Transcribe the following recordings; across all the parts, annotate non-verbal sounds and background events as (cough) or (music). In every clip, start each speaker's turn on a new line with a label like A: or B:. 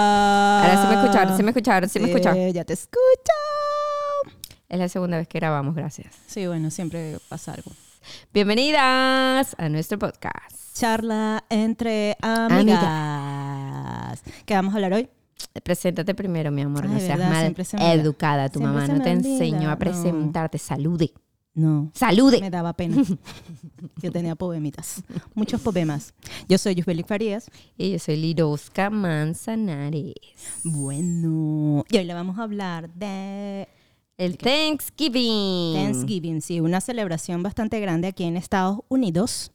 A: Ah,
B: escucharon, sí me escucharon, sí me escucharon.
A: Eh, ya te escucho.
B: Es la segunda vez que grabamos, gracias.
A: Sí, bueno, siempre pasa algo.
B: Bienvenidas a nuestro podcast.
A: Charla entre amigas. ¿Qué vamos a hablar hoy?
B: Preséntate primero, mi amor,
A: Ay,
B: no seas
A: verdad,
B: mal
A: siempre se me olvida.
B: educada. Tu
A: Siempre
B: mamá
A: se
B: no
A: me
B: te
A: olvida,
B: enseñó a
A: no.
B: presentarte. Salude.
A: No. Me
B: Salude.
A: daba pena. (laughs) Yo tenía poemitas. Muchos poemas. Yo soy Yusbelic Farías.
B: Y yo soy Liroska Manzanares.
A: Bueno. Y hoy le vamos a hablar de
B: El
A: Mm.
B: Thanksgiving.
A: Thanksgiving, sí, una celebración bastante grande aquí en Estados Unidos.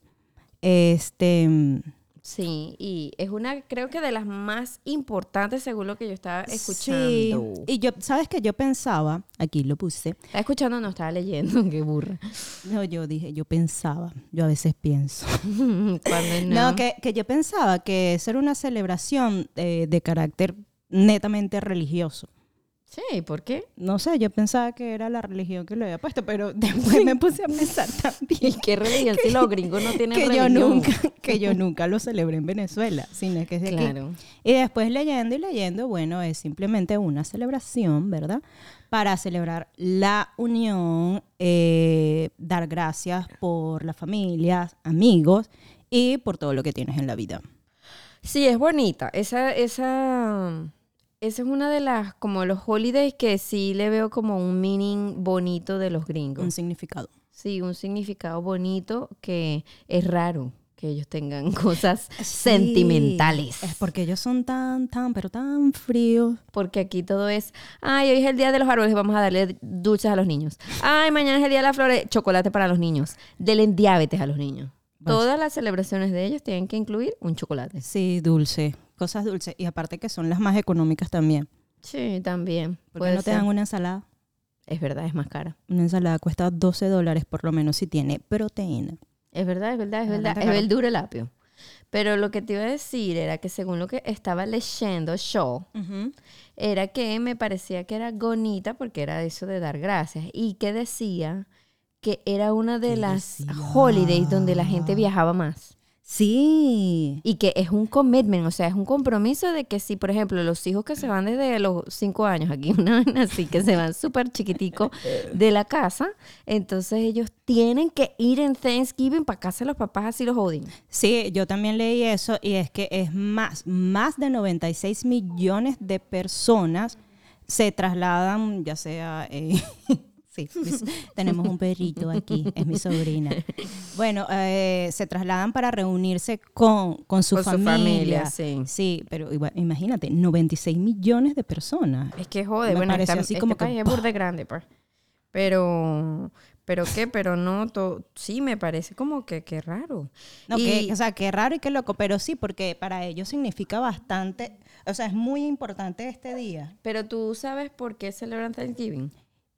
A: Este,
B: Sí, y es una, creo que de las más importantes según lo que yo estaba escuchando.
A: Sí. Y yo, ¿sabes que Yo pensaba, aquí lo puse,
B: Estaba escuchando, no estaba leyendo, (laughs) qué burra.
A: no, yo dije, yo pensaba, yo a veces pienso.
B: Cuando
A: No,
B: (laughs) no.
A: que, que yo pensaba que eso era una celebración eh, de carácter netamente religioso.
B: Sí, ¿por qué?
A: No sé, yo pensaba que era la religión que lo había puesto, pero (laughs) después me puse a pensar también.
B: ¿Qué religión? Si los gringos no (laughs) tienen
A: Que yo,
B: religión.
A: nunca, que
B: (laughs)
A: yo nunca lo celebré en Venezuela, sino que es de aquí.
B: Claro.
A: Y después leyendo y leyendo, bueno, es simplemente una celebración, ¿verdad? Para celebrar la unión, eh, dar gracias por las familias, amigos y por todo lo que tienes en la vida.
B: Sí, es bonita. Esa, esa, esa es una de las, como los holidays que sí le veo como un meaning bonito de los
A: Un
B: gringos.
A: significado.
B: Sí, un significado bonito que es raro que ellos tengan (laughs) cosas sentimentales.
A: Es porque ellos son tan, tan, pero tan fríos.
B: Porque aquí todo es, ay, hoy es el día de los árboles, vamos a darle dulces a los niños. Ay, mañana es el día de las flores, chocolate para los niños. Denle diabetes a los niños. Todas las celebraciones de ellos tienen que incluir un chocolate.
A: Sí, dulce. Cosas dulces. Y aparte que son las más económicas también.
B: Sí, también.
A: Porque
B: Puede
A: no te
B: ser.
A: dan una ensalada.
B: Es verdad, es más cara.
A: Una ensalada cuesta 12 dólares por lo menos si tiene proteína.
B: Es verdad, es verdad, es
A: Bastante
B: verdad. Es
A: caro.
B: el duro el apio. Pero lo que te iba a decir era que según lo que estaba leyendo yo, era que me parecía que era bonita porque era eso de dar gracias y que decía que era una de
A: ¿Qué
B: las
A: decía?
B: holidays donde la gente viajaba más
A: Sí.
B: y que es un commitment, o sea, es un compromiso de que si, por ejemplo, los hijos que se van desde los cinco años aquí, una (laughs) vaina así, que se van súper chiquiticos de la casa, entonces ellos tienen que ir en Thanksgiving para casa de los papás así los odien.
A: Sí, yo también leí eso y es que es más, más de 96 millones de personas se trasladan, ya sea... eh, (laughs) sí, mis- tenemos un perrito aquí, es mi sobrina. Bueno, eh, se trasladan para reunirse con, con su
B: Con su
A: familia.
B: familia, sí.
A: pero igual, imagínate, 96 millones de personas.
B: Es que jode,
A: Me
B: bueno,
A: pareció
B: esta-
A: así
B: este
A: como que,
B: país es
A: ¡pah!
B: burde grande, pues. Pero, pero qué, pero no, to- sí me parece como que, que raro.
A: No,
B: Y-
A: que- o sea, qué raro y qué loco, pero sí, porque para ellos significa bastante, o sea, es muy importante este día.
B: pero tú sabes por qué celebran Thanksgiving.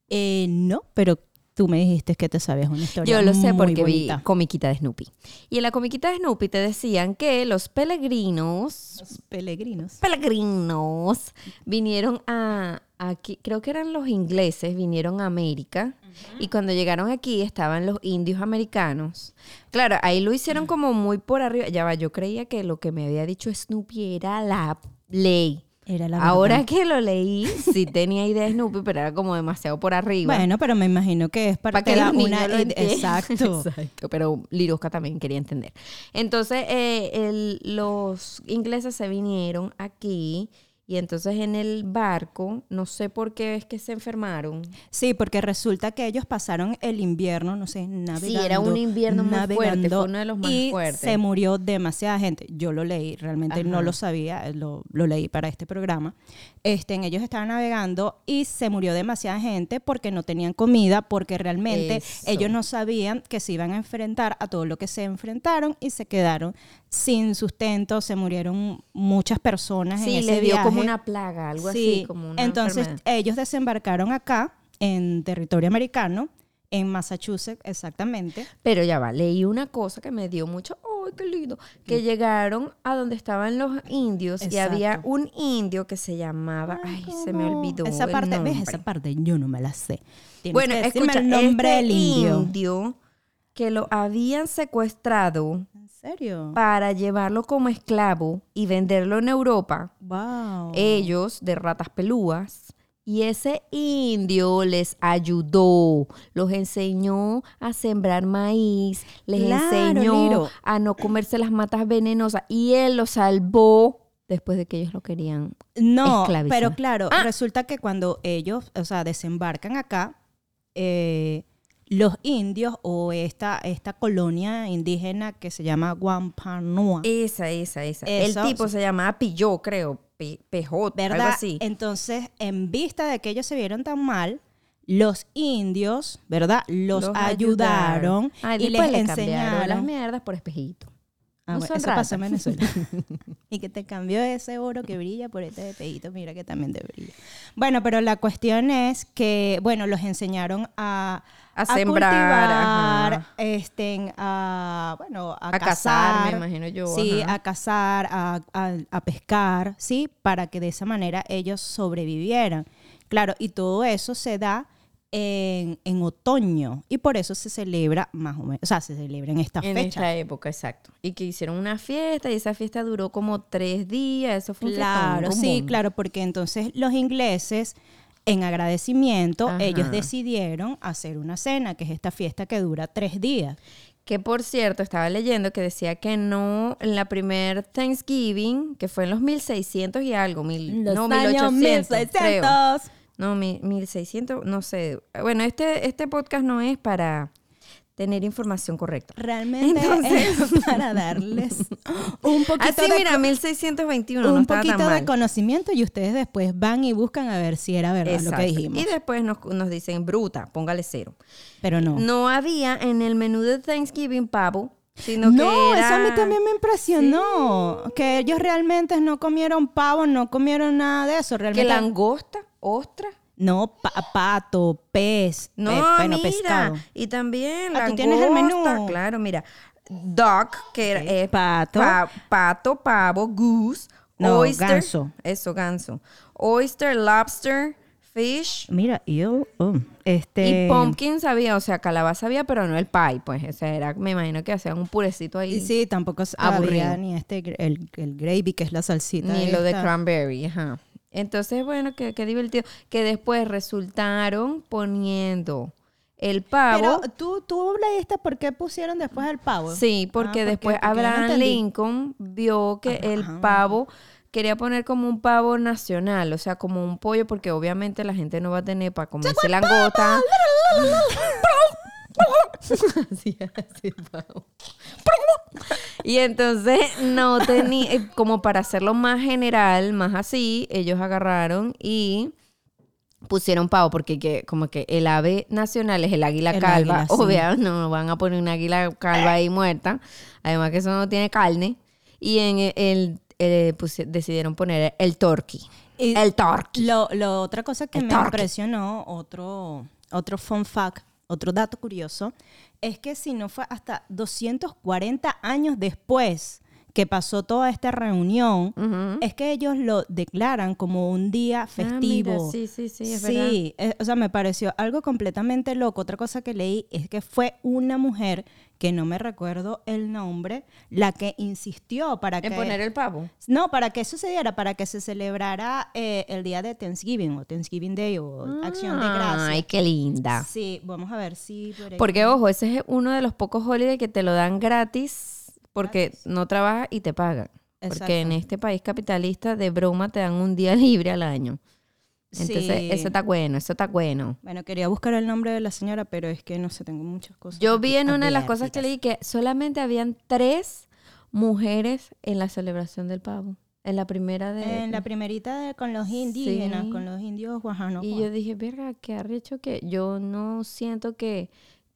A: Eh, no, pero tú me dijiste que te sabías una historia.
B: Yo lo sé
A: muy
B: porque
A: bonita.
B: vi comiquita de Snoopy. Y en la comiquita de Snoopy te decían que los peregrinos,
A: Los peregrinos.
B: peregrinos, vinieron a aquí, creo que eran los ingleses, vinieron a América. Y cuando llegaron aquí estaban los indios americanos. Claro, ahí lo hicieron como muy por arriba. Ya va, yo creía que lo que me había dicho Snoopy era la ley.
A: Era la
B: Ahora
A: verdad.
B: que lo leí, sí tenía idea de Snoopy, pero era como demasiado por arriba.
A: Bueno, pero me imagino que es para,
B: Para que
A: la
B: los niños
A: una
B: lo
A: id-
B: entiendan. (laughs)
A: Exacto.
B: Exacto, Pero Liruska también quería entender. Entonces, eh, el- los ingleses se vinieron aquí y entonces en el barco, no sé por qué es que se enfermaron.
A: Sí, porque resulta que ellos pasaron el invierno, no sé, navegando.
B: era un invierno muy fuerte, fue uno de los más
A: y
B: fuertes.
A: se murió demasiada gente. Yo lo leí, realmente no
B: Ajá.
A: lo sabía, eh, lo, lo leí para este programa. Este, en ellos estaban navegando y se murió demasiada gente porque no tenían comida, porque realmente
B: Eso.
A: ellos no sabían que se iban a enfrentar a todo lo que se enfrentaron y se quedaron sin sustento, se murieron muchas personas Ah, en
B: Sí,
A: ese
B: les dio como
A: viaje.
B: una plaga, algo
A: Sí,
B: así, como una
A: entonces
B: enfermedad.
A: ellos desembarcaron acá en territorio americano, en Massachusetts exactamente.
B: Pero ya va, leí una cosa que me dio mucho, ¡ay, qué lindo! Que llegaron a donde estaban los indios y
A: Exacto.
B: había un indio que se llamaba, ay, se me olvidó
A: Esa
B: el
A: parte, ¿ves?
B: nombre.
A: Esa parte yo no me la sé. Tienes
B: Bueno, este
A: que decirme
B: escucha,
A: el nombre
B: este
A: del indio.
B: indio que lo habían secuestrado
A: serio?
B: para llevarlo como esclavo y venderlo en Europa. Oh.
A: Wow.
B: Eh, ellos de ratas pelúas. Y ese indio les ayudó, los enseñó a sembrar maíz, les
A: Claro,
B: enseñó
A: Liro.
B: a no comerse las matas venenosas y él los salvó después de que ellos lo querían.
A: No,
B: Esclavizar.
A: pero claro,
B: Ah.
A: resulta que cuando ellos, o sea, desembarcan acá, eh, los indios o esta, esta colonia indígena que se llama Guampanua,
B: Esa, esa, esa.
A: Eso.
B: El tipo se llamaba Pilló, creo, P- PJ,
A: ¿verdad?
B: algo así.
A: Entonces, en vista de que ellos se vieron tan mal, los indios, ¿verdad? Los, ayudaron,
B: Ay,
A: y les
B: después Ah, le cambiaron
A: enseñaron.
B: las mierdas por espejito.
A: Ah,
B: No
A: bueno,
B: son
A: eso pasó en
B: ratas.
A: Venezuela. (laughs) y que te cambió ese oro que brilla por este detallito, mira que también te brilla. Bueno, pero la cuestión es que, bueno, los enseñaron a,
B: A sembrar,
A: cultivar,
B: ajá.
A: este, a, bueno, a,
B: A cazar, me imagino yo,
A: Sí,
B: ajá.
A: a cazar, a, a- a pescar, ¿sí? Para que de esa manera ellos sobrevivieran. Claro, y todo eso se da en, en otoño y por eso se celebra más o menos, o sea, se celebra en esta
B: en
A: fecha.
B: esta época, exacto. Y que hicieron una fiesta y esa fiesta duró como tres días. Eso fue un
A: Claro,
B: fiestón,
A: sí,
B: boom.
A: claro, porque entonces los ingleses, en agradecimiento,
B: Ajá.
A: ellos decidieron hacer una cena, que es esta fiesta que dura tres días.
B: Que por cierto, estaba leyendo que decía que no, en la primer Thanksgiving, que fue en los 1600 y algo, mil, no, 1800, creo. No, mi- 1600, no sé. Bueno, este, este podcast no es para tener información correcta.
A: Realmente es para
B: (laughs)
A: darles un poquito,
B: Así,
A: de,
B: Ah, mira, 1621, no
A: un
B: estaba tan
A: poquito de
B: mal.
A: conocimiento y ustedes después van y buscan a ver si era verdad lo que
B: Exacto.
A: dijimos.
B: Y después nos, nos dicen, bruta, póngale cero.
A: Pero no.
B: No había en el menú de Thanksgiving pavo, sino que
A: No, eso a mí
B: era-
A: también me impresionó. Que ellos realmente no comieron pavo, no comieron nada de eso.
B: que
A: Realmente
B: langosta, ostra.
A: No, pa- pato, pez,
B: No,
A: pe- bueno,
B: mira.
A: pescado.
B: Y también
A: Ah,
B: langosta.
A: tú tienes el menú.
B: Claro, mira. Duck, que era eh,
A: pato.
B: pa- pato, pavo, goose,
A: No,
B: oyster.
A: ganso.
B: Eso, ganso. Oyster, lobster, fish.
A: Mira, yo, oh, este...
B: Y pumpkin sabía, o sea, calabaza había, pero no el pie, pues. O sea, era, me imagino que hacían un purecito ahí.
A: Y sí, tampoco es
B: Aburrido.
A: aburrida ni este, gr- el, el gravy, que es la salsita.
B: Ni lo de
A: esta.
B: cranberry, ajá. Entonces, bueno, qué, qué divertido. Que después resultaron poniendo el
A: Pero
B: pavo.
A: tú, tú leíste por qué pusieron después el pavo.
B: sí, porque
A: Ah, ¿por qué?
B: después
A: Porque yo no
B: Abraham
A: entendí.
B: Lincoln vio que el pavo quería poner como un pavo nacional, o sea, como un pollo, porque obviamente la gente no va a tener para comerse langosta. (laughs) Así así, pavo. Y entonces no tenía, eh, como para hacerlo más general, más así, ellos agarraron y pusieron pavo, porque que- como que el ave nacional es el águila
A: El
B: calva,
A: águila, sí.
B: obviamente no van a poner una águila calva ahí muerta, además que eso no tiene carne, y en el, el- eh, pusi- decidieron poner el turkey,
A: Y-
B: el turkey.
A: Lo, lo otra cosa que
B: El
A: me
B: turkey.
A: impresionó, otro, otro fun fact, otro dato curioso, es que si no fue hasta 240 años después que pasó toda esta reunión, es que ellos lo declaran como un día
B: Ah, mira,
A: festivo.
B: sí, sí, sí, es
A: Sí, eh, o sea, me pareció algo completamente loco. Otra cosa que leí es que fue una mujer, que no me recuerdo el nombre, la que insistió para que...
B: En poner el pavo.
A: No, para que sucediera, para que se celebrara eh, el día de Thanksgiving o Thanksgiving Day o Acción de Gracias.
B: Ay, qué linda.
A: Sí, vamos a ver si por aquí-
B: Porque, ojo, ese es uno de los pocos holidays que te lo dan gratis porque no trabajas y te pagan.
A: Exacto.
B: Porque en este país capitalista, de broma, te dan un día (laughs) libre al año. Entonces,
A: Sí.
B: eso está bueno, eso está bueno.
A: Bueno, quería buscar el nombre de la señora, pero es que no sé, tengo muchas cosas.
B: Yo
A: aquí
B: vi en una de las
A: abiertas.
B: cosas que leí que solamente habían tres mujeres en la celebración del pavo. En la primera de...
A: En la primerita de- con los indígenas,
B: Sí.
A: con los indios guajanos.
B: Y yo dije, verga, qué arrecho que yo no siento que,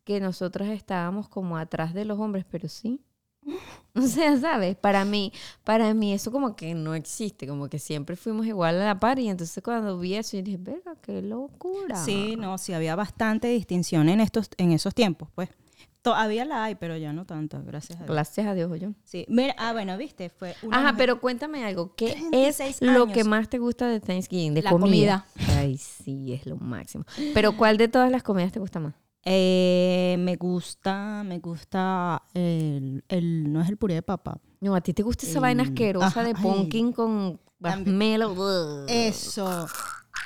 B: que nosotras estábamos como atrás de los hombres, pero sí. (laughs) O sea, ¿sabes? Para mí, para mí eso como que no existe, como que siempre fuimos igual a la par y entonces cuando vi eso yo dije, verga, qué locura.
A: Sí, no, sí había bastante distinción en estos, en esos tiempos, pues. Todavía la hay, pero ya no tanta, gracias a Dios.
B: Gracias a Dios, yo.
A: Sí, mira, ah, bueno, viste, fue una
B: Ajá,
A: mujer-
B: pero cuéntame algo, ¿qué es
A: 36
B: lo que
A: años.
B: más te gusta de Thanksgiving? De
A: La
B: comida. Ay, sí, es lo máximo. Pero ¿cuál de todas las comidas te gusta más?
A: Eh, me gusta, me gusta el, el- no es el puré de papa.
B: No, a ti te gusta esa vaina asquerosa
A: ajá,
B: de
A: ay. Eh,
B: pumpkin con marshmallow.
A: Eso.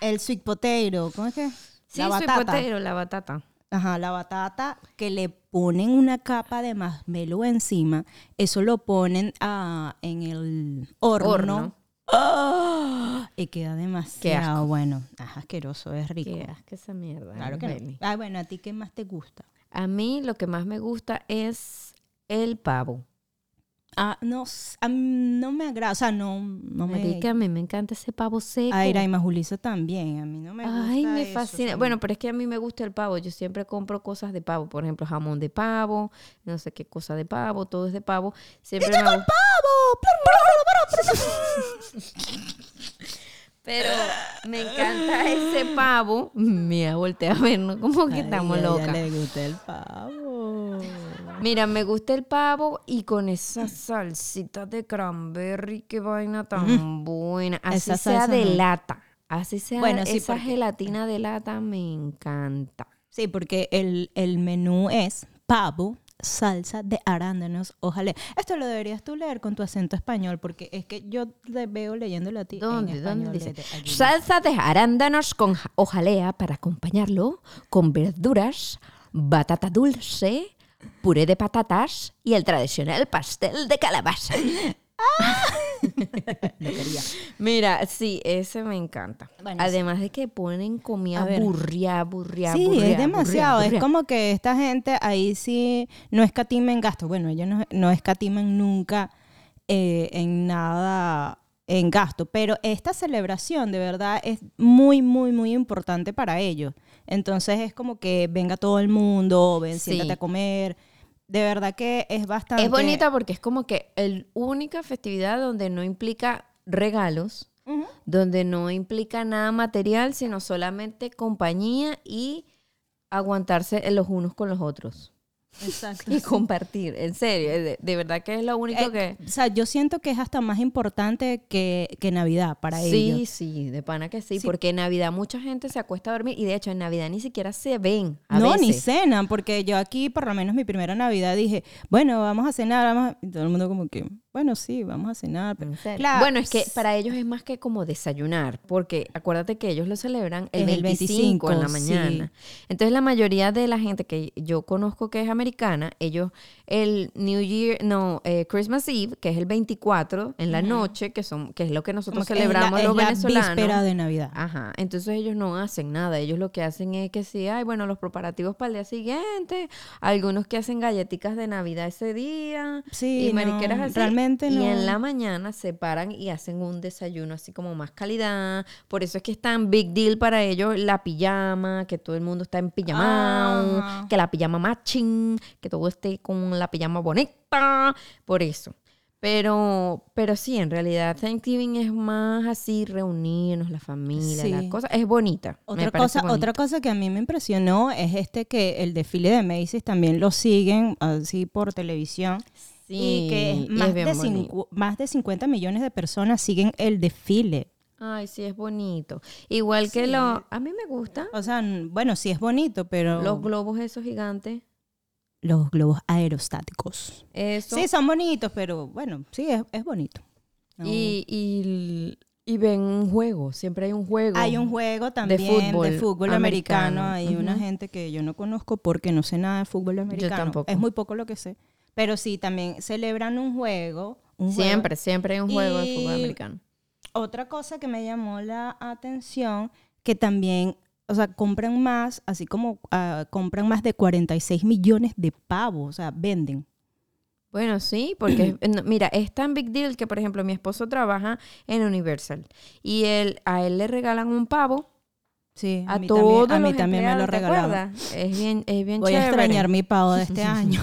A: El sweet potato, ¿cómo es que?
B: sí, soy potero, la batata.
A: Ajá, la batata que le ponen una capa de masmelo encima, eso lo ponen ah, en el horno.
B: Horno.
A: ¡Ah! Y queda
B: Qué
A: demasiado bueno. Ajá, asqueroso, es rico.
B: Qué asco esa mierda.
A: Claro que no.
B: Beli.
A: Ah, bueno, ¿a ti qué más te gusta?
B: A mí lo que más me gusta es el pavo.
A: Ah, no, s- a mí no me agrada, o sea, no, no me...
B: Marica, a mí me encanta ese pavo seco.
A: Ay, Irma Ah, Julissa también, a mí no me gusta
B: Ay, me
A: eso,
B: fascina.
A: sí. (laughs)
B: Bueno, pero es que a mí me gusta el pavo. Yo siempre compro cosas de pavo. Por ejemplo, jamón de pavo, no sé qué cosa de pavo, todo es de pavo. Siempre me gusta- (laughs) Pero me
A: (laughs)
B: encanta ese pavo. (laughs) Mira, voltea a vernos como que
A: Ay, a
B: estamos
A: ella
B: locas.
A: le gusta el pavo.
B: Mira, me gusta el pavo y con esa salsita de cranberry, qué vaina tan buena. Así
A: Esa
B: sea
A: salsa
B: de
A: no.
B: lata. Así sea
A: Bueno, sí,
B: esa
A: porque-
B: gelatina de lata me encanta.
A: Sí, porque el, el menú es pavo, salsa de arándanos, ojalá. Esto lo deberías tú leer con tu acento español, porque es que yo te veo leyéndolo a ti
B: ¿Dónde?
A: en
B: ¿Dónde
A: español.
B: dice?
A: desde allí.
B: Salsa de arándanos con ja- hojalea para acompañarlo con verduras, batata dulce, puré de patatas y el tradicional pastel de calabaza.
A: Ah. (laughs) Lo quería.
B: Mira, sí, ese me encanta.
A: Bueno,
B: Además de que ponen comida
A: A ver.
B: burria, burria,
A: Sí,
B: burria,
A: es demasiado.
B: burria, burria.
A: Es como que esta gente ahí sí no escatimen gastos. Bueno, ellos no, no escatiman nunca eh, en nada en gasto, pero esta celebración de verdad es muy, muy, muy importante para ellos. Entonces es como que venga todo el mundo, ven,
B: Sí.
A: siéntate a comer. De verdad que es bastante...
B: Es bonita porque es como que la única festividad donde no implica regalos,
A: Ujú.
B: donde no implica nada material, sino solamente compañía y aguantarse los unos con los otros (laughs)
A: Exacto.
B: y compartir. En serio, de, de verdad que es lo único que...
A: Eh, o sea, yo siento que es hasta más importante que, que Navidad para
B: sí,
A: ellos.
B: sí, de pana que sí,
A: Sí.
B: porque en Navidad mucha gente se acuesta a dormir y de hecho en Navidad ni siquiera se ven. A
A: No, ni
B: veces.
A: cenan, porque yo aquí, por lo menos mi primera Navidad, dije, bueno, vamos a cenar, vamos a-". Y todo el mundo como que, bueno, sí, vamos a cenar. Pero, Claro,
B: Bueno, es que para ellos es más que como desayunar, porque acuérdate que ellos lo celebran el,
A: Es el
B: 25, en la
A: 25,
B: mañana. Entonces la mayoría de la gente que yo conozco que es americana, ellos el New Year, no, eh, Christmas Eve, que es el 24 en la noche, que son que es lo que
A: como
B: nosotros
A: que
B: celebramos
A: es la,
B: los
A: es
B: venezolanos. Ah,
A: La víspera de Navidad.
B: Ajá, entonces ellos no hacen nada, ellos lo que hacen es que sí, hay, bueno, los preparativos para el día siguiente, algunos que hacen galletitas de Navidad ese día,
A: Sí,
B: y mariqueras
A: no,
B: así,
A: realmente
B: y
A: no.
B: en la mañana se paran y hacen un desayuno así como más calidad, por eso es que es tan big deal para ellos la pijama, que todo el mundo está en pijama,
A: Ajá.
B: que la pijama matching, que todo esté con la pijama bonita, por eso. Pero, pero sí, en realidad Thanksgiving es más así, reunirnos, la familia, la
A: Sí.
B: cosa. Es bonita. me
A: Otra
B: parece
A: cosa,
B: bonita.
A: otra cosa que a mí me impresionó es este que el desfile de Macy's también lo siguen así por televisión.
B: Sí,
A: y que es
B: y
A: más,
B: bien
A: de
B: bonito.
A: cincu- más de 50 millones de personas siguen el desfile.
B: Ay, sí, es bonito. Igual que lo. A mí me gustan
A: O sea, n- bueno, sí es bonito, pero
B: los globos esos gigantes.
A: los globos aerostáticos.
B: Eso.
A: Sí, son bonitos, pero bueno, sí, es, es bonito. No.
B: y, y, l- y ven un juego. Siempre hay un juego.
A: hay un juego también de fútbol,
B: fútbol
A: americano.
B: americano,
A: Hay
B: ujú.
A: una gente que yo no conozco porque no sé nada de fútbol americano.
B: tampoco.
A: Es muy poco lo que sé. Pero sí, también celebran un juego. un juego.
B: Siempre, siempre hay un juego de fútbol
A: Y-
B: americano.
A: Otra cosa que me llamó la atención, que también, o sea, compran más, así como ah, compran más de 46 millones de pavos, o sea, venden.
B: Bueno, sí, (clears throat) porque es- no, mira, es tan big deal que, por ejemplo, mi esposo trabaja en Universal y él, a él le regalan un pavo
A: Sí,
B: a,
A: mí también-
B: todos
A: a mí
B: los
A: también me lo
B: empleados, ¿te
A: regalaban.
B: acuerdas? Es bien, es bien
A: Voy a
B: chévere.
A: extrañar mi pavo
B: (laughs)
A: de este año.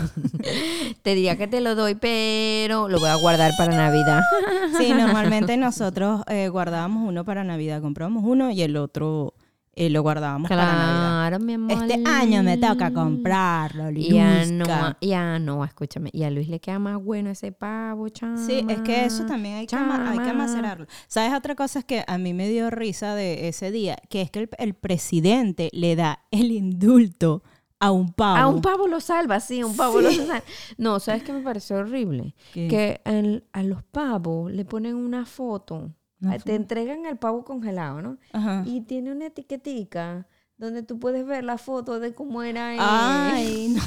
B: Te diría que te lo doy, pero lo voy a guardar para Navidad. (laughs)
A: Sí, normalmente nosotros eh, guardábamos uno para Navidad, comprábamos uno y el otro eh, lo guardábamos para Navidad.
B: Claro, mi amor.
A: Este año me toca comprarlo,
B: Ya
A: Lirusca.
B: no, ya no, escúchame. Y a Luis le queda más bueno ese pavo, chama.
A: Sí, es que eso también hay que, ama- hay que
B: chama.
A: macerarlo. ¿Sabes otra cosa que a mí me dio risa de ese día? Que es que el, el presidente le da el indulto a un pavo.
B: A Ah, un pavo lo salva, sí, un pavo lo salva. No, ¿sabes qué me pareció horrible?
A: ¿Qué?
B: Que al- a los pavos le ponen una foto.
A: Una Ah.
B: Ah, Te entregan el pavo congelado, ¿no?
A: Ajá.
B: Y tiene una etiquetica donde tú puedes ver la foto de cómo era él.
A: Ay,
B: (laughs)
A: no.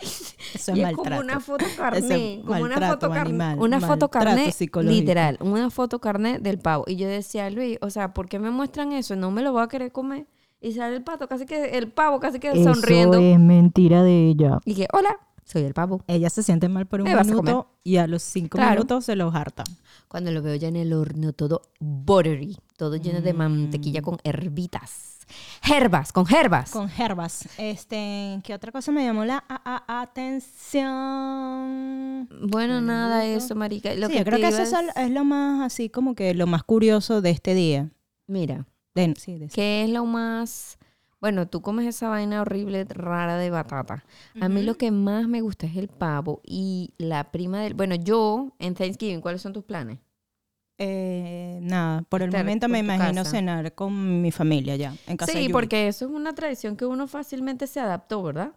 A: Eso es
B: Y es
A: maltrato.
B: como
A: (laughs)
B: una foto
A: Eso es
B: carné, como una
A: maltrato
B: foto carné,
A: animal,
B: una foto
A: maltrato
B: carné
A: psicológico.
B: literal, una foto carné del pavo. Y yo decía, Luis, o sea, ¿por qué me muestran eso? No me lo voy a querer comer. Y sale el pato, casi que el pavo, casi que sonriendo.
A: Eso es mentira de ella.
B: Y que, hola, soy el pavo.
A: Ella se siente mal por un
B: Me vas a
A: minuto y a los cinco
B: Claro.
A: minutos se los harta.
B: Cuando lo veo ya en el horno, todo buttery, todo lleno de mantequilla con herbitas. Herbas, con herbas.
A: Mm. Con herbas. Este, ¿qué otra cosa me llamó la a- a- atención?
B: Bueno, nada de eso, marica. Lo
A: Sí,
B: que
A: yo creo
B: te
A: que eso
B: iba
A: es
B: a
A: al- es lo más así como que lo más curioso de este día.
B: Mira,
A: De- sí, de- este
B: ¿qué es lo más... Bueno, tú comes esa vaina horrible, rara de batata. A mí lo que más me gusta es el pavo y la prima del... Bueno, yo en Thanksgiving, ¿cuáles son tus planes?
A: Eh, nada, por el
B: Estar
A: momento
B: con
A: me
B: tu
A: imagino
B: casa.
A: cenar con mi familia ya en casa. de
B: Sí,
A: Yuri.
B: porque eso es una tradición que uno fácilmente se adaptó, ¿verdad?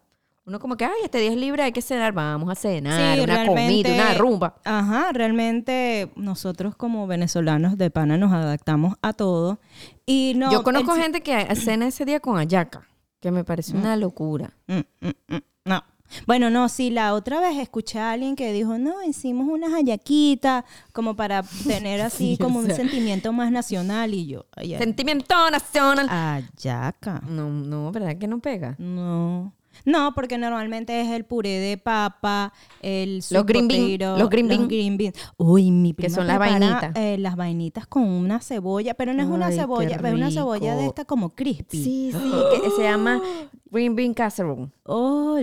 B: Uno como que, ay, este día es libre, hay que cenar, vamos a cenar,
A: Sí,
B: una comida, una
A: realmente-
B: rumba.
A: Ajá, realmente nosotros como venezolanos de pana nos adaptamos a todo y no.
B: Yo conozco
A: el-
B: gente que cena ese día con ayaca, que me parece una locura.
A: Mm, mm, mm, no. Bueno, no, sí, la otra vez escuché a alguien que dijo, no, hicimos unas hallaquitas como
B: (laughs)
A: para tener así
B: Sí, o
A: como un
B: sea.
A: sentimiento más nacional y yo, ay, ay,
B: Sentimiento nacional.
A: hallaca.
B: No, no, ¿verdad que no pega?
A: No. No, porque normalmente es el puré de papa, el
B: Los green bean,
A: beans,
B: los green bean.
A: beans. Uy, mi prima
B: son las
A: prepara,
B: vainitas.
A: eh, las vainitas con una cebolla, pero no es una
B: Ay, qué
A: cebolla, pero es una cebolla de
B: rico.
A: esta como crispy.
B: Sí, sí, (gasps) que se llama Green Bean Casserole.
A: Oh,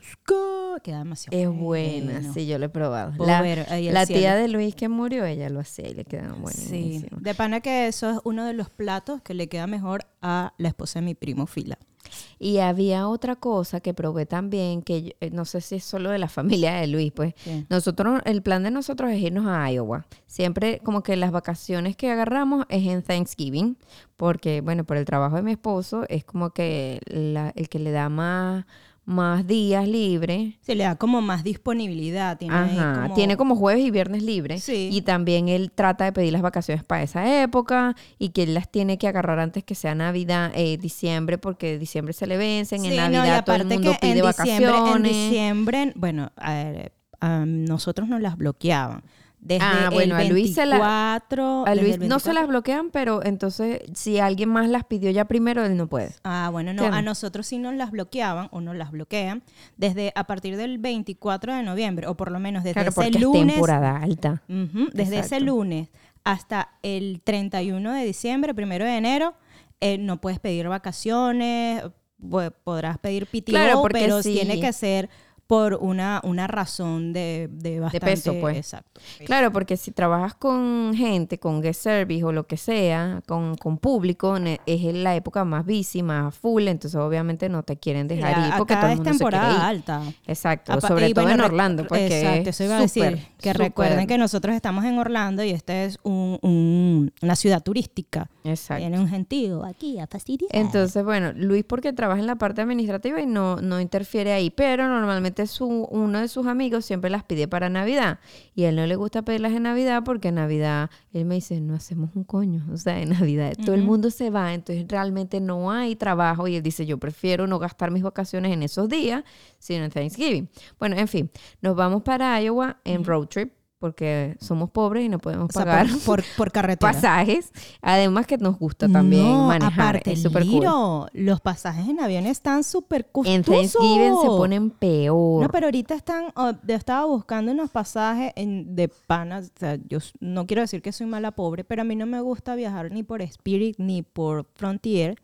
A: lirusco. Queda demasiado
B: Es buena,
A: bueno.
B: sí, yo lo he probado.
A: Puedo
B: La,
A: ver ahí el
B: la
A: cielo.
B: tía de Luis que murió, ella lo hacía y le quedaba
A: Sí,
B: buenísimo.
A: de pana que eso es uno de los platos que le queda mejor a la esposa de mi primo Fila.
B: Y había otra cosa que probé también, que yo- eh, no sé si es solo de la (laughs) familia de Luis, pues
A: ¿Qué?
B: nosotros, el plan de nosotros es irnos a Iowa. Siempre como que las vacaciones que agarramos es en Thanksgiving, porque bueno, por el trabajo de mi esposo es como que la- el que le da más, más días libres.
A: Se le da como más disponibilidad. Tiene ahí
B: Ajá, tiene como jueves y viernes libres.
A: Sí.
B: Y también él trata de pedir las vacaciones para esa época y que él las tiene que agarrar antes que sea Navidad, eh, diciembre, porque diciembre se le vencen, en
A: Sí, no, y
B: Navidad todo el
A: aparte
B: mundo
A: que
B: pide
A: en diciembre-
B: vacaciones.
A: En diciembre, bueno, a, ver, a nosotros nos las bloqueaban. Desde
B: Ah, bueno,
A: el
B: a Luis se la-
A: 24,
B: A
A: desde
B: Luis
A: el
B: no se
A: 24.
B: las bloquean, pero entonces si alguien más las pidió ya primero, él no puede.
A: Ah, bueno, no,
B: ¿Entiendes?
A: a nosotros sí nos las bloqueaban o nos las bloquean desde a partir del 24 de noviembre o por lo menos desde
B: Claro,
A: ese
B: porque es
A: lunes
B: temporada alta.
A: Ujú, Desde ese
B: Exacto.
A: lunes hasta el 31 de diciembre, primero de enero, eh, no puedes pedir vacaciones, pu- podrás pedir PTO,
B: Claro, porque
A: pero
B: sí.
A: tiene que ser por una, una razón de, de bastante...
B: peso, pues.
A: Exacto.
B: Claro, porque si trabajas con gente, con guest service o lo que sea, con, con público, ne- es en la época más busy, más full, entonces obviamente no te quieren dejar
A: Ya,
B: ir porque
A: acá
B: todo el
A: es
B: mundo se quiere ir.
A: temporada alta.
B: Exacto,
A: Apa-
B: sobre
A: y
B: todo
A: bueno,
B: en
A: rec-
B: Orlando, pues que
A: Exacto, eso iba a decir.
B: súper,
A: que
B: súper-
A: recuerden que nosotros estamos en Orlando y esta es un- un- una ciudad turística.
B: Exacto.
A: Tiene un gentío aquí a fastidiar.
B: Entonces, bueno, Luis porque trabaja en la parte administrativa y no, no interfiere ahí, pero normalmente su, uno de sus amigos siempre las pide para Navidad y a él no le gusta pedirlas en Navidad porque en Navidad él me dice, no hacemos un coño, o sea, en Navidad todo el mundo se va, entonces realmente no hay trabajo y él dice, yo prefiero no gastar mis vacaciones en esos días, sino en Thanksgiving. Bueno, en fin, nos vamos para Iowa en road trip porque somos pobres y no podemos
A: O sea,
B: Eh, pagar
A: por,
B: (laughs)
A: por, por carretera.
B: pasajes. Además que nos gusta también
A: No,
B: manejar.
A: aparte,
B: es súper cool.
A: Liro, los pasajes en avión están súper costosos.
B: En Thanksgiving se ponen peor.
A: No, pero ahorita están... oh, yo estaba buscando unos pasajes en- de panas. O sea, yo s- no quiero decir que soy mala pobre, pero a mí no me gusta viajar ni por Spirit ni por Frontier.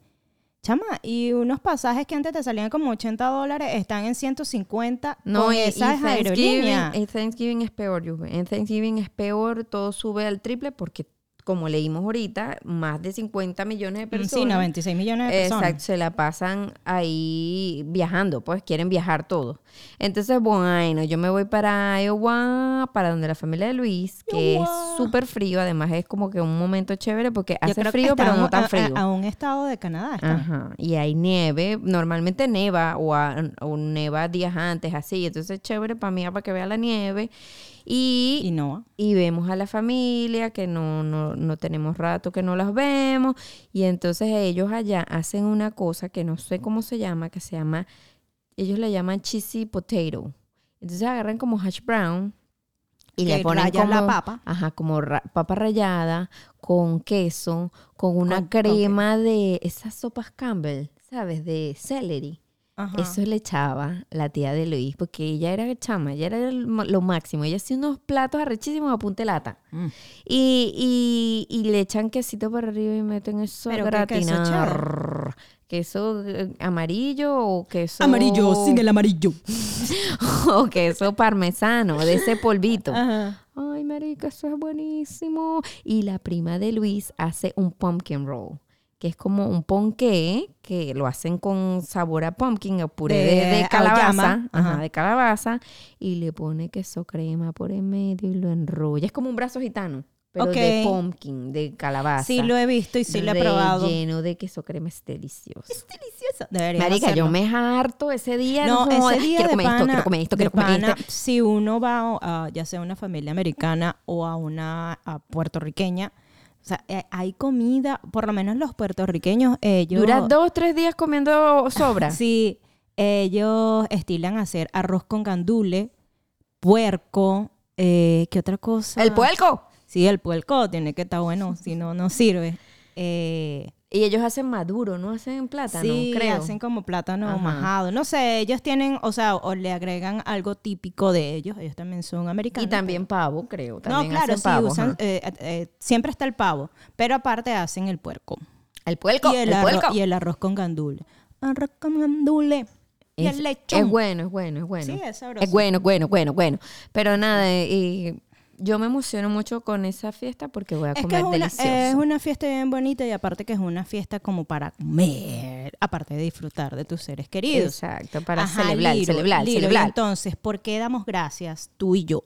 A: Chama, y unos pasajes que antes te salían como 80 dólares están en 150
B: no,
A: con
B: y, y
A: esas
B: Thanksgiving,
A: aerolíneas.
B: en Thanksgiving es peor, Juve. En Thanksgiving es peor, todo sube al triple porque como leímos ahorita, más de 50 millones de
A: Mm, Sí,
B: personas.
A: 96 millones de personas.
B: Exacto, se la pasan ahí viajando, pues quieren viajar todos. Entonces, bueno, yo me voy para Iowa, para donde la familia de Luis, que es súper frío, además es como que un momento chévere porque
A: Yo
B: hace
A: creo que
B: frío, pero
A: estamos
B: no tan
A: a-
B: frío. Ah.
A: A, a un estado de Canadá. estamos.
B: Ajá, y hay nieve, normalmente neva o, a- o neva días antes, así, entonces es chévere para mí, para que vea la nieve. Y,
A: Y no.
B: y vemos a la familia, que no, no, no tenemos rato que no las vemos. Y entonces ellos allá hacen una cosa que no sé cómo se llama, que se llama, ellos le llaman cheesy potato. Entonces agarran como hash brown y le
A: Que
B: ponen
A: rayan la
B: como-
A: papa.
B: Ajá, como ra- papa rallada con queso, con una
A: Con- con
B: crema de esas sopas Campbell, ¿sabes? De celery.
A: Ajá.
B: Eso le echaba la tía de Luis, porque ella era chama, ella era el ma- lo máximo. Ella hacía unos platos arrechísimos a punta de lata.
A: Mm.
B: Y, y, y le echan quesito para arriba y meten eso a
A: Pero qué queso
B: gratinar. Queso eh, amarillo o queso...
A: Amarillo, sin el amarillo.
B: (laughs) O queso parmesano, de ese polvito.
A: Ajá.
B: Ay, marica, eso es buenísimo. Y la prima de Luis hace un pumpkin roll, que es como un ponqué que lo hacen con sabor a pumpkin o puré de,
A: De
B: de calabaza,
A: auyama.
B: ajá,
A: Ajá.
B: de calabaza, y le pone queso crema por en medio y lo enrolla. Es como un brazo gitano, pero de
A: Ok.
B: pumpkin, de calabaza.
A: Sí lo he visto y sí lo he probado.
B: Lleno de queso crema, es delicioso.
A: Es delicioso. Debería
B: Marica, yo me harto ese día. No,
A: No, ese
B: jodas,
A: día
B: quiero
A: de
B: comer esto,
A: pana-
B: quiero comer esto,
A: de
B: quiero comer
A: pana,
B: esto.
A: Si uno va a, ya sea a una familia americana o a una a puertorriqueña, o sea, eh, hay comida, por lo menos los puertorriqueños, ellos...
B: Dura dos, tres días comiendo
A: (laughs)
B: sobra.
A: Sí, ellos estilan hacer arroz con gandule, puerco, eh, ¿qué otra cosa?
B: El puerco.
A: Sí, el puerco tiene que estar bueno, si no, no sirve. Eh,
B: Y ellos hacen maduro, no hacen plátano,
A: sí,
B: creo.
A: hacen como plátano
B: Ajá.
A: majado. No sé, ellos tienen, o sea, o le agregan algo típico de ellos. Ellos también son americanos.
B: y también pavo, creo.
A: No,
B: También
A: claro,
B: hacen
A: sí,
B: pavo,
A: usan,
B: ajá.
A: eh, eh, siempre está el pavo, pero aparte hacen el puerco.
B: El puerco,
A: y, el
B: el
A: arroz,
B: puerco.
A: y el arroz con gandule. Arroz con gandule. Y
B: es,
A: el lechón.
B: es bueno, es bueno, es bueno.
A: Sí, es sabroso.
B: Es bueno, bueno, bueno, bueno. Pero nada, eh, y yo me emociono mucho con esa fiesta porque voy a
A: Es que
B: comer
A: es una,
B: delicioso.
A: es una fiesta bien bonita y aparte que es una fiesta como para comer, aparte de disfrutar de tus seres queridos.
B: Exacto, para
A: Ajá,
B: celebrar,
A: Liro,
B: celebrar,
A: Liro, y
B: celebrar.
A: Entonces, ¿por qué damos gracias tú y yo?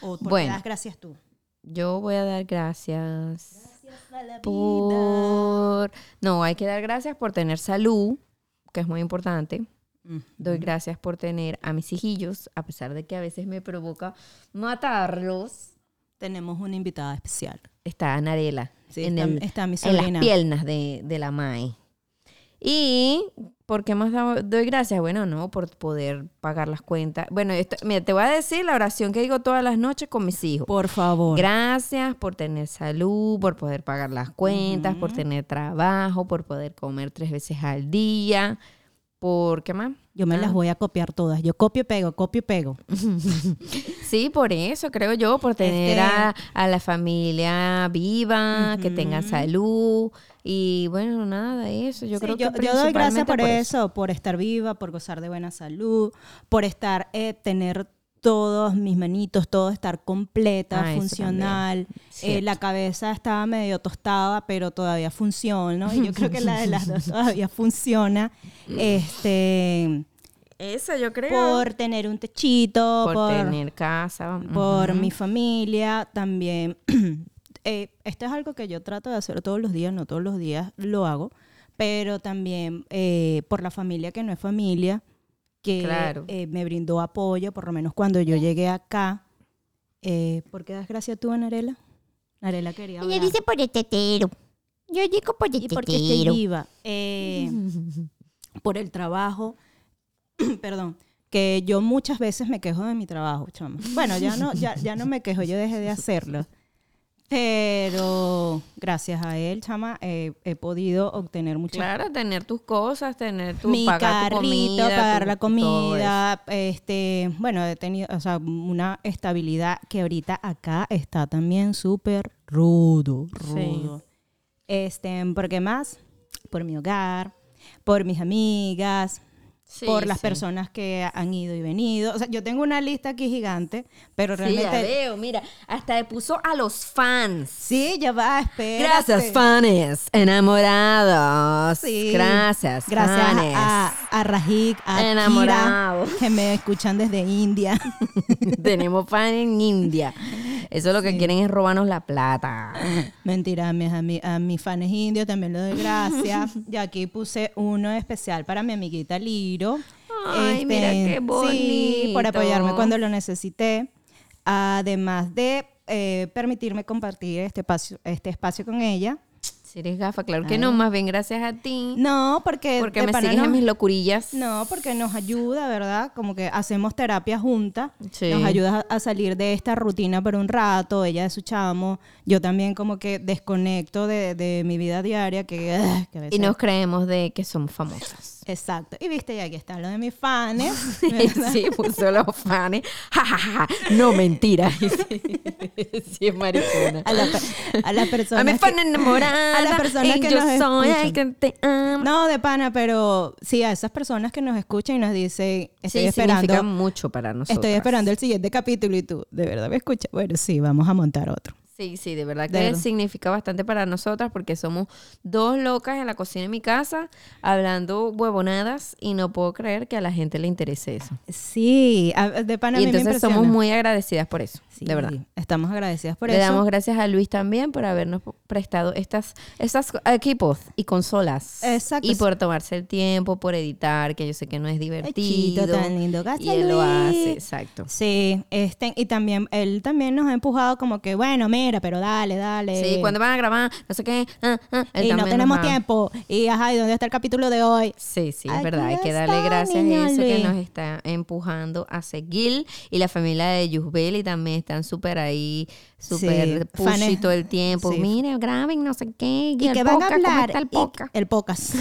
A: ¿O por
B: Bueno.
A: qué das gracias tú?
B: Yo voy a dar gracias. por... No, hay que dar gracias por tener salud, que es muy importante.
A: Mm.
B: Doy gracias por tener a mis hijillos, a pesar de que a veces me provoca matarlos.
A: Tenemos una invitada especial.
B: Está Anarela
A: Sí,
B: en,
A: está,
B: el-
A: está mi
B: en
A: sobrina.
B: las piernas de, de la MAE. ¿Y por qué más da- doy gracias? Bueno, no, por poder pagar las cuentas. Bueno, esto- mira, te voy a decir la oración que digo todas las noches con mis hijos.
A: Por favor.
B: Gracias por tener salud, por poder pagar las cuentas, por tener trabajo, por poder comer tres veces al día. ¿Por qué más?
A: Yo me las
B: Ah.
A: voy a copiar todas. Yo copio y pego, copio y pego.
B: Sí, por eso creo yo, por tener
A: Este-
B: a, a la familia viva, que tenga salud y bueno, nada de eso. Yo
A: Sí,
B: creo
A: yo,
B: que
A: yo doy gracias
B: principalmente
A: por, eso, por estar viva, por gozar de buena salud, por estar, eh, tener todos mis manitos, todo estar completa,
B: Ah, eso
A: funcional.
B: también.
A: Eh, la cabeza estaba medio tostada, pero todavía funciona, ¿no? Y yo creo que la de las
B: (laughs)
A: dos todavía funciona.
B: Mm.
A: Este,
B: Eso yo creo. Por,
A: por tener un techito, por,
B: tener casa. ujú.
A: por mi familia también. (clears throat) Eh, esto es algo que yo trato de hacer todos los días, no todos los días lo hago, pero también eh, por la familia que no es familia, que
B: Claro.
A: eh, me brindó apoyo, por lo menos cuando yo llegué acá. Eh, ¿Por qué das gracias tú, Narela? Narela quería
C: Ella
A: hablar.
C: dice por el tetero. Yo digo por el
A: y porque estoy
C: tetero.
A: viva. Eh, por el trabajo, (clears throat) perdón, que yo muchas veces me quejo de mi trabajo, chama. Bueno, ya no, ya, ya no me quejo, yo dejé de hacerlo. Pero gracias a él, chama, eh, he podido obtener muchas
B: Claro, tener tus cosas, tener tu
A: mi
B: pagar tu
A: carrito,
B: comida,
A: pagar
B: tu-
A: la
B: todo eso.
A: comida, este, bueno, he tenido, o sea, una estabilidad que ahorita acá está también súper rudo, rudo. Este, ¿por qué más? Por mi hogar, por mis amigas,
B: Sí,
A: por las
B: sí.
A: personas que han ido y venido. O sea, yo tengo una lista aquí gigante, pero
B: Sí, ya
A: realmente...
B: veo, mira, hasta le puso a los fans.
A: Sí, ya va, espera.
B: Gracias, fans, enamorados. Gracias,
A: Gracias
B: fans.
A: a, a Rajik, a Kira,
B: Enamorado.
A: que me escuchan desde India.
B: (laughs)
A: (laughs)
B: Tenemos fan en India. Eso lo que quieren es robarnos la
A: (laughs)
B: plata.
A: Mentira, a mis, a, mi- a mis fans indios también le doy
B: (laughs)
A: gracias. y aquí puse uno especial para mi amiguita Liro. Este,
B: Ay, mira qué
A: Sí, por
B: bonito.
A: apoyarme cuando lo necesité. Además de eh, permitirme compartir este espacio, este espacio con ella.
B: Si eres gafa, claro que no, más bien gracias a ti.
A: No, porque...
B: porque
A: de
B: me
A: pana
B: sigues en
A: nos-
B: mis locurillas.
A: No, porque nos ayuda, ¿verdad? Como que hacemos terapia juntas.
B: Sí.
A: Nos ayuda a a salir de esta rutina por un rato. Ella de su chamo. Yo también como que desconecto de, de mi vida diaria. Que, ah, que a veces-
B: Y nos creemos de que
A: (laughs)
B: somos famosas.
A: Exacto. Y viste, y aquí está lo de mis fans.
B: (laughs) Sí, puso los fans. (laughs) Ja, ja, ja, ja. No, mentira. (laughs) Sí, es maricona.
A: A, la pe- a las personas.
B: (laughs) A mis
A: que-
B: fans enamoradas.
A: A las personas
B: y
A: que
B: yo
A: nos
B: soy el
A: escuchan.
B: que te amo.
A: No, de pana, pero sí, a esas personas que nos escuchan y nos dicen, estoy
B: sí, significa
A: esperando.
B: mucho para nosotros.
A: Estoy esperando el siguiente capítulo y tú, ¿de verdad me escuchas? Bueno, sí, vamos a montar otro.
B: Sí, sí, de verdad que
A: De verdad.
B: significa bastante para nosotras porque somos dos locas en la cocina de mi casa hablando huevonadas y no puedo creer que a la gente le interese eso.
A: Sí, a- de pana a
B: y
A: mí me
B: entonces somos
A: impresiona.
B: muy agradecidas por eso,
A: Sí,
B: de verdad.
A: Estamos agradecidas por
B: Le
A: eso.
B: damos gracias a Luis también por habernos prestado estas, estas equipos y consolas.
A: Exacto.
B: Y por tomarse el tiempo, por editar, que yo sé que no es divertido.
A: Chito tan lindo. Gracias,
B: y él lo
A: Luis.
B: hace, exacto.
A: Sí, este, y también él también nos ha empujado como que, bueno, mira, pero dale, dale.
B: Sí, cuando van a grabar, no sé qué. ah, ah, él
A: Eh. y no
B: también nos
A: tenemos
B: va-
A: tiempo. Y ajá, ¿y dónde está el capítulo de hoy?
B: Sí, sí, es
A: Aquí
B: verdad. Hay que
A: está,
B: darle gracias a
A: niña
B: eso que
A: Luis.
B: nos está empujando a seguir. Y la familia de Yusbel y también están súper ahí, súper pushy
A: fanes.
B: todo el tiempo.
A: Sí.
B: Miren, graben, no sé qué.
A: ¿Y
B: el
A: qué van a
B: podcast, ¿cómo
A: hablar?
B: está el
A: Y-
B: podcast?
A: el podcast.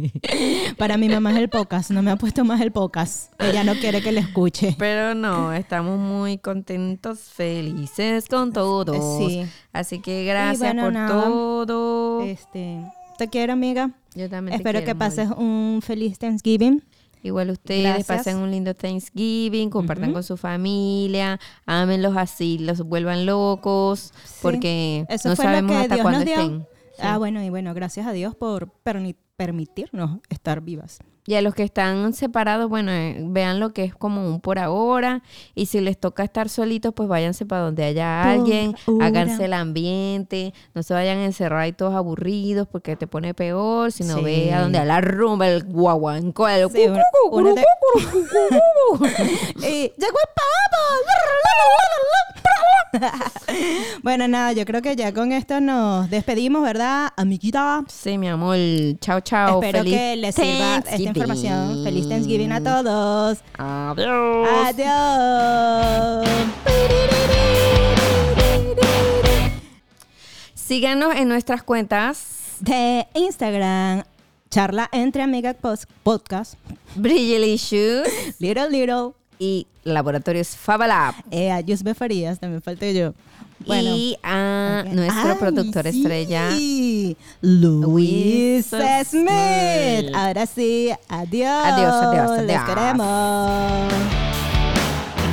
A: (laughs) Para mi mamá es el podcast. No me ha puesto más el podcast. Ella no quiere que le escuche.
B: Pero no, estamos muy contentos, felices con todos.
A: Sí.
B: Así que gracias
A: bueno,
B: por
A: nada.
B: todo.
A: Este, te quiero, amiga.
B: Yo también te
A: Espero
B: quiero,
A: que
B: amor.
A: pases un feliz Thanksgiving.
B: Igual ustedes
A: Gracias.
B: pasen un lindo Thanksgiving, compartan con su familia, ámenlos así, los vuelvan locos,
A: Sí.
B: porque
A: Eso
B: no
A: fue lo
B: sabemos
A: que
B: hasta
A: Dios
B: cuándo
A: nos dio.
B: estén.
A: Ah, bueno, y bueno, gracias a Dios por perni- permitirnos estar
B: (laughs)
A: vivas.
B: Y a los que están separados, bueno, eh, vean lo que es como un por ahora. Y si les toca estar solitos, pues váyanse para donde haya
A: Por
B: alguien,
A: ahora.
B: háganse el ambiente, no se vayan a encerrar ahí todos aburridos porque te pone peor, sino
A: Sí.
B: ve a donde a la rumba, el guaguanco, el
A: Sí, una-
B: cucu,
A: una
B: cucu,
A: de-
B: cucu, cucu,
A: (laughs)
B: cucu.
A: Eh, ¡Llegó el pavo! (laughs) bueno, nada, yo creo que ya con esto nos despedimos, ¿verdad, amiguita?
B: Sí, mi amor. Chao, chao.
A: Espero
B: Feliz
A: que les sirva esta
B: Thanksgiving.
A: información. Feliz Thanksgiving a todos.
B: Adiós.
A: Adiós.
B: Síganos en nuestras cuentas.
A: De Instagram, charla entre amigas Pos- podcast,
B: Brilliant Issues
A: little little,
B: y Laboratorios Fabalab.
A: eh, a Yusbe Farías, también falté yo. Bueno.
B: y a
A: Ok.
B: nuestro
A: Ay,
B: productor
A: sí.
B: estrella.
A: Luis
B: Smith.
A: Smith. Ahora sí, adiós.
B: Adiós, adiós,
A: Los
B: adiós.
A: queremos.